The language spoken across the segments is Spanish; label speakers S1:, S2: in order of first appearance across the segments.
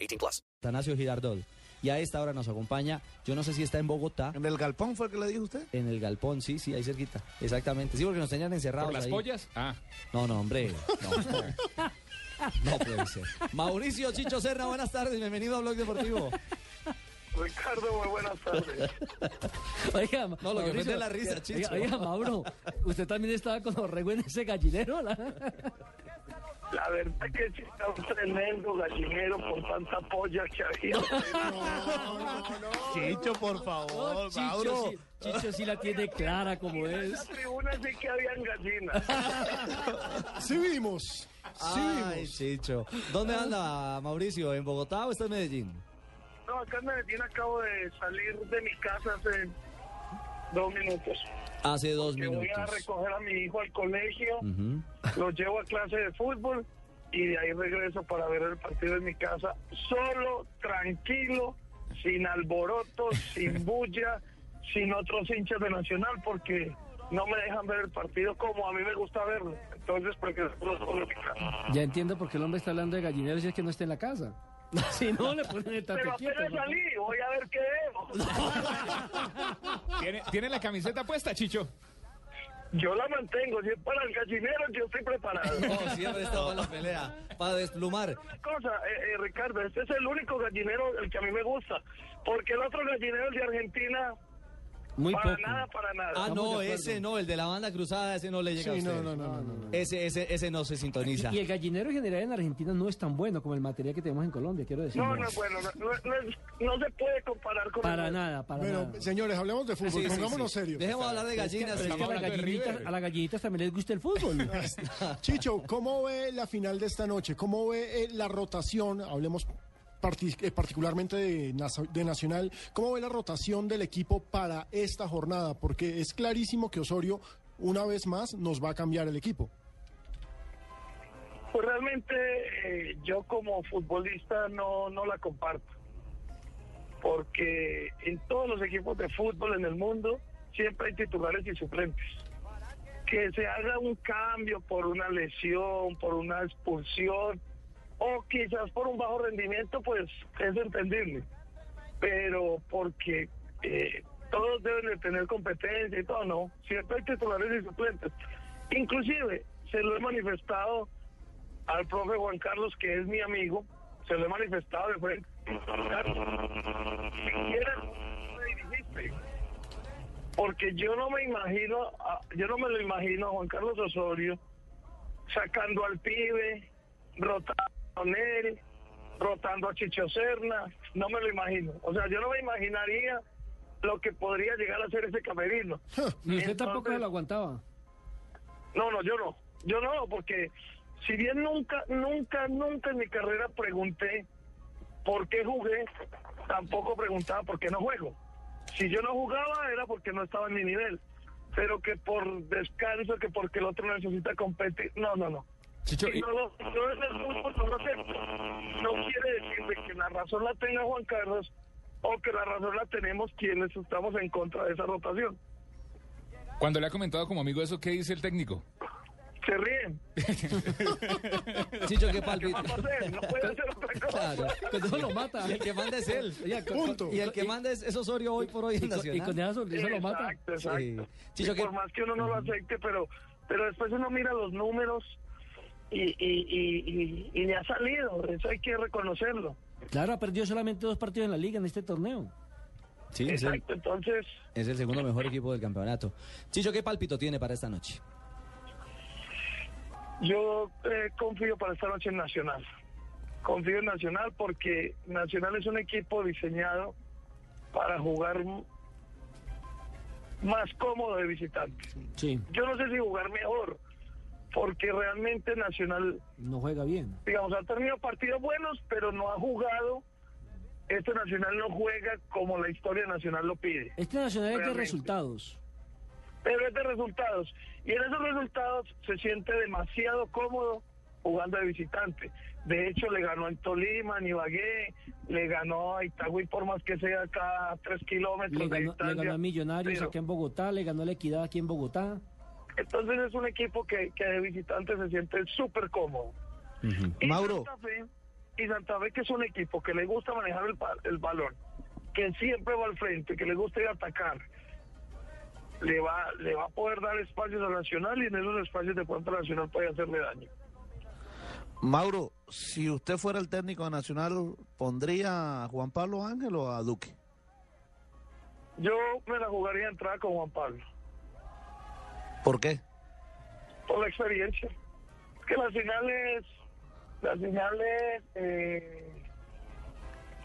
S1: 18 plus.
S2: Atanasio Girardot. Y a esta hora nos acompaña, yo no sé si está en Bogotá,
S3: ¿En el galpón fue el que le dijo usted?
S2: en el galpón, sí, sí, ahí cerquita. Exactamente. Sí, porque nos tenían encerrados.
S4: ¿Por las
S2: ahí.
S4: pollas? Ah,
S2: No, no, hombre. No, no. No puede ser. Mauricio Chicho Serna, buenas tardes, bienvenido a Blog Deportivo.
S5: Ricardo, muy buenas tardes.
S6: Oiga,
S2: No, lo que ofende es la risa, Chicho.
S6: Oiga, oiga, Mauro, usted también estaba con Orrego en ese gallinero. la-
S5: La verdad que sí está un tremendo gallinero por tanta polla que había.
S3: Chicho, por favor,
S6: No, Chicho,
S3: Mauro.
S6: sí, Chicho sí la tiene clara como
S5: En la
S6: es.
S5: tribuna sí que habían gallinas.
S3: Sí vimos.
S2: Ay, Chicho. ¿Dónde anda Mauricio? ¿En Bogotá o está en Medellín?
S5: No, acá en Medellín acabo de salir de mi casa hace dos minutos.
S2: Hace dos
S5: Me voy a
S2: minutos.
S5: recoger a mi hijo al colegio, lo llevo a clase de fútbol y de ahí regreso para ver el partido en mi casa, solo, tranquilo, sin alboroto, sin bulla, sin otros hinchas de Nacional, porque no me dejan ver el partido como a mí me gusta verlo. Entonces, prefiero solo solo en mi casa.
S6: Ya entiendo por qué el hombre está hablando de gallineros y es que no está en la casa. Si no, le ponen el
S5: Pero apenas
S6: tatequito.
S5: salí, voy a ver qué veo.
S4: ¿tiene, tiene la camiseta puesta, Chicho?
S5: Yo la mantengo, si es para el gallinero, yo estoy preparado.
S2: Oh, siempre estaba en la pelea. Para desplumar.
S5: Una cosa, eh, eh, Ricardo, este es el único gallinero el que a mí me gusta, porque el otro gallinero, el de Argentina,
S6: Muy
S5: para
S6: poco. eh.
S5: nada, pues. para nada.
S2: Ah, no, ese no, el de la banda cruzada, ese no le llega a usted. No, no, no, Ese, ese, ese no se sintoniza.
S6: Y el gallinero en general en Argentina no es tan bueno como el material que tenemos en Colombia, quiero decir.
S5: no, no es bueno, no, no- no es- no se puede comparar con...
S6: Para
S5: el-
S6: nada, para
S7: Bueno,
S2: pues,
S6: nada.
S7: señores, hablemos de fútbol,
S2: Sí, sí,
S7: pongámonos
S2: sí.
S7: serios.
S2: Dejemos hablar de gallinas.
S6: Es que a,
S4: Estamos
S6: las
S4: hablando de
S6: gallinitas-
S4: River.
S6: a las gallinitas también les gusta el fútbol.
S7: Chicho, ¿cómo ve la final de esta noche? ¿Cómo ve eh, la rotación? Hablemos parti- eh, particularmente de, Nazo- de Nacional. ¿Cómo ve la rotación del equipo para esta jornada? Porque es clarísimo que Osorio, una vez más, nos va a cambiar el equipo.
S5: Pues realmente eh, yo como futbolista no, no la comparto, porque en todos los equipos de fútbol en el mundo siempre hay titulares y suplentes. Que se haga un cambio por una lesión, por una expulsión o quizás por un bajo rendimiento, pues es entendible. Pero porque eh, todos deben de tener competencia y todo, no. Siempre hay titulares y suplentes. Inclusive se lo he manifestado al profe Juan Carlos, que es mi amigo, se lo he manifestado de frente. Carlos, si quieres, me dirigiste. Porque yo no me imagino, a- yo no me lo imagino a Juan Carlos Osorio sacando al pibe, rotando a Neri, rotando a Chicho Serna, no me lo imagino. O sea, yo no me imaginaría lo que podría llegar a ser ese camerino.
S6: Y usted tampoco
S5: Entonces-
S6: se lo aguantaba.
S5: No, no, yo no. Yo no, porque si bien nunca, nunca, nunca en mi carrera pregunté por qué jugué, tampoco preguntaba por qué no juego. Si yo no jugaba era porque no estaba en mi nivel. Pero que por descanso, que porque el otro necesita competir. No, no, no.
S4: Chicho,
S5: Y no lo, yo en el fútbol no lo acepto. No quiere decir de que la razón la tenga Juan Carlos o que la razón la tenemos quienes estamos en contra de esa rotación.
S4: cuando le ha comentado como amigo eso, ¿qué dice el técnico?
S5: Se ríen.
S2: Chicho, qué
S5: ¿Qué
S2: palpita.
S5: vamos a hacer? No puede ser otra cosa.
S2: Claro.
S6: Cuando lo mata.
S2: Y el que manda es él.
S6: Oiga, con-
S7: Punto.
S2: Y el que manda es, es Osorio hoy por hoy
S6: Y
S2: en
S6: con, y con
S2: Nacional.
S6: esa sonrisa lo mata.
S5: Exacto, exacto.
S2: Sí. Chicho,
S5: Y
S2: ¿qué-
S5: por más que uno no lo acepte, pero, pero después uno mira los números y, y, y, y- y le ha salido. Eso hay que reconocerlo.
S6: Claro, ha perdido solamente dos partidos en la liga en este torneo.
S2: Sí, es el,
S5: Exacto. Entonces,
S2: es el segundo mejor equipo del campeonato. Chicho, ¿qué palpito tiene para esta noche?
S5: yo eh, confío para esta noche en Nacional. Confío en Nacional porque Nacional es un equipo diseñado para jugar m- más cómodo de visitante.
S6: Sí.
S5: Yo no sé si jugar mejor, porque realmente Nacional,
S6: No juega bien.
S5: digamos, ha tenido partidos buenos, pero no ha jugado. Este Nacional no juega como la historia Nacional lo pide.
S8: Este Nacional es de
S5: Realmente.
S8: resultados.
S5: pero es de resultados. Y en esos resultados se siente demasiado cómodo jugando de visitante. De hecho, le ganó en Tolima, en Ibagué, le ganó a Itagüí por más que sea cada tres kilómetros
S8: Le
S5: de
S8: ganó, le
S5: distancia.
S8: ganó a Millonarios
S5: Pero-
S8: acá en Bogotá, le ganó a la Equidad aquí en Bogotá.
S5: Entonces es un equipo que, que de visitante se siente súper cómodo. Y
S2: Mauro.
S5: Santa Fe, y Santa Fe que es un equipo que le gusta manejar el, pa- el balón, que siempre va al frente, que le gusta ir a atacar, le va, le va a poder dar espacios a Nacional y en esos espacios de pronto Nacional puede hacerle daño.
S2: Mauro, si usted fuera el técnico de Nacional, ¿pondría a Juan Pablo Ángel o a Duque?
S5: Yo me la jugaría a entrar con Juan Pablo,
S2: ¿Por qué?
S5: por la experiencia. Es que las finales, las finales eh,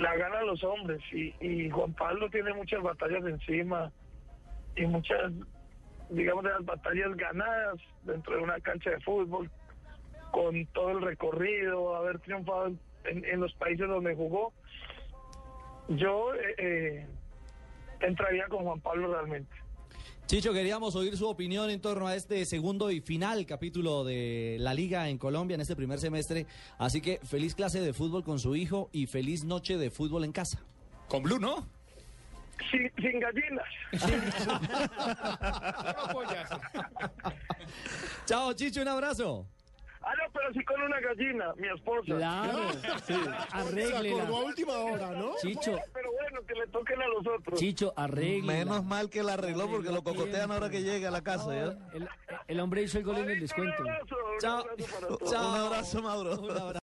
S5: la ganan los hombres y, y Juan Pablo tiene muchas batallas encima y muchas, digamos, de las batallas ganadas dentro de una cancha de fútbol, con todo el recorrido, haber triunfado en, en los países donde jugó. Yo eh, eh, entraría con Juan Pablo realmente.
S2: Chicho, queríamos oír su opinión en torno a este segundo y final capítulo de la Liga en Colombia en este primer semestre. Así que feliz clase de fútbol con su hijo y feliz noche de fútbol en casa.
S4: Con Blue, ¿no?
S5: Sin, sin gallinas.
S2: Chao, Chicho, un abrazo.
S5: Ah, no, pero sí con una gallina, mi esposa.
S8: Claro,
S7: Se acordó a
S8: arréglela.
S7: última hora, ¿no?
S8: Chicho,
S5: Pero bueno, que le toquen a los otros.
S8: Chicho, arréglela.
S2: Menos mal que la arregló porque lo cocotean ahora que llegue a la casa. ¿ya?
S8: El, el hombre hizo el gol en el
S5: Ahorita
S8: descuento.
S5: Un abrazo, un
S2: Chao.
S5: abrazo para todos.
S2: Un abrazo, Mauro.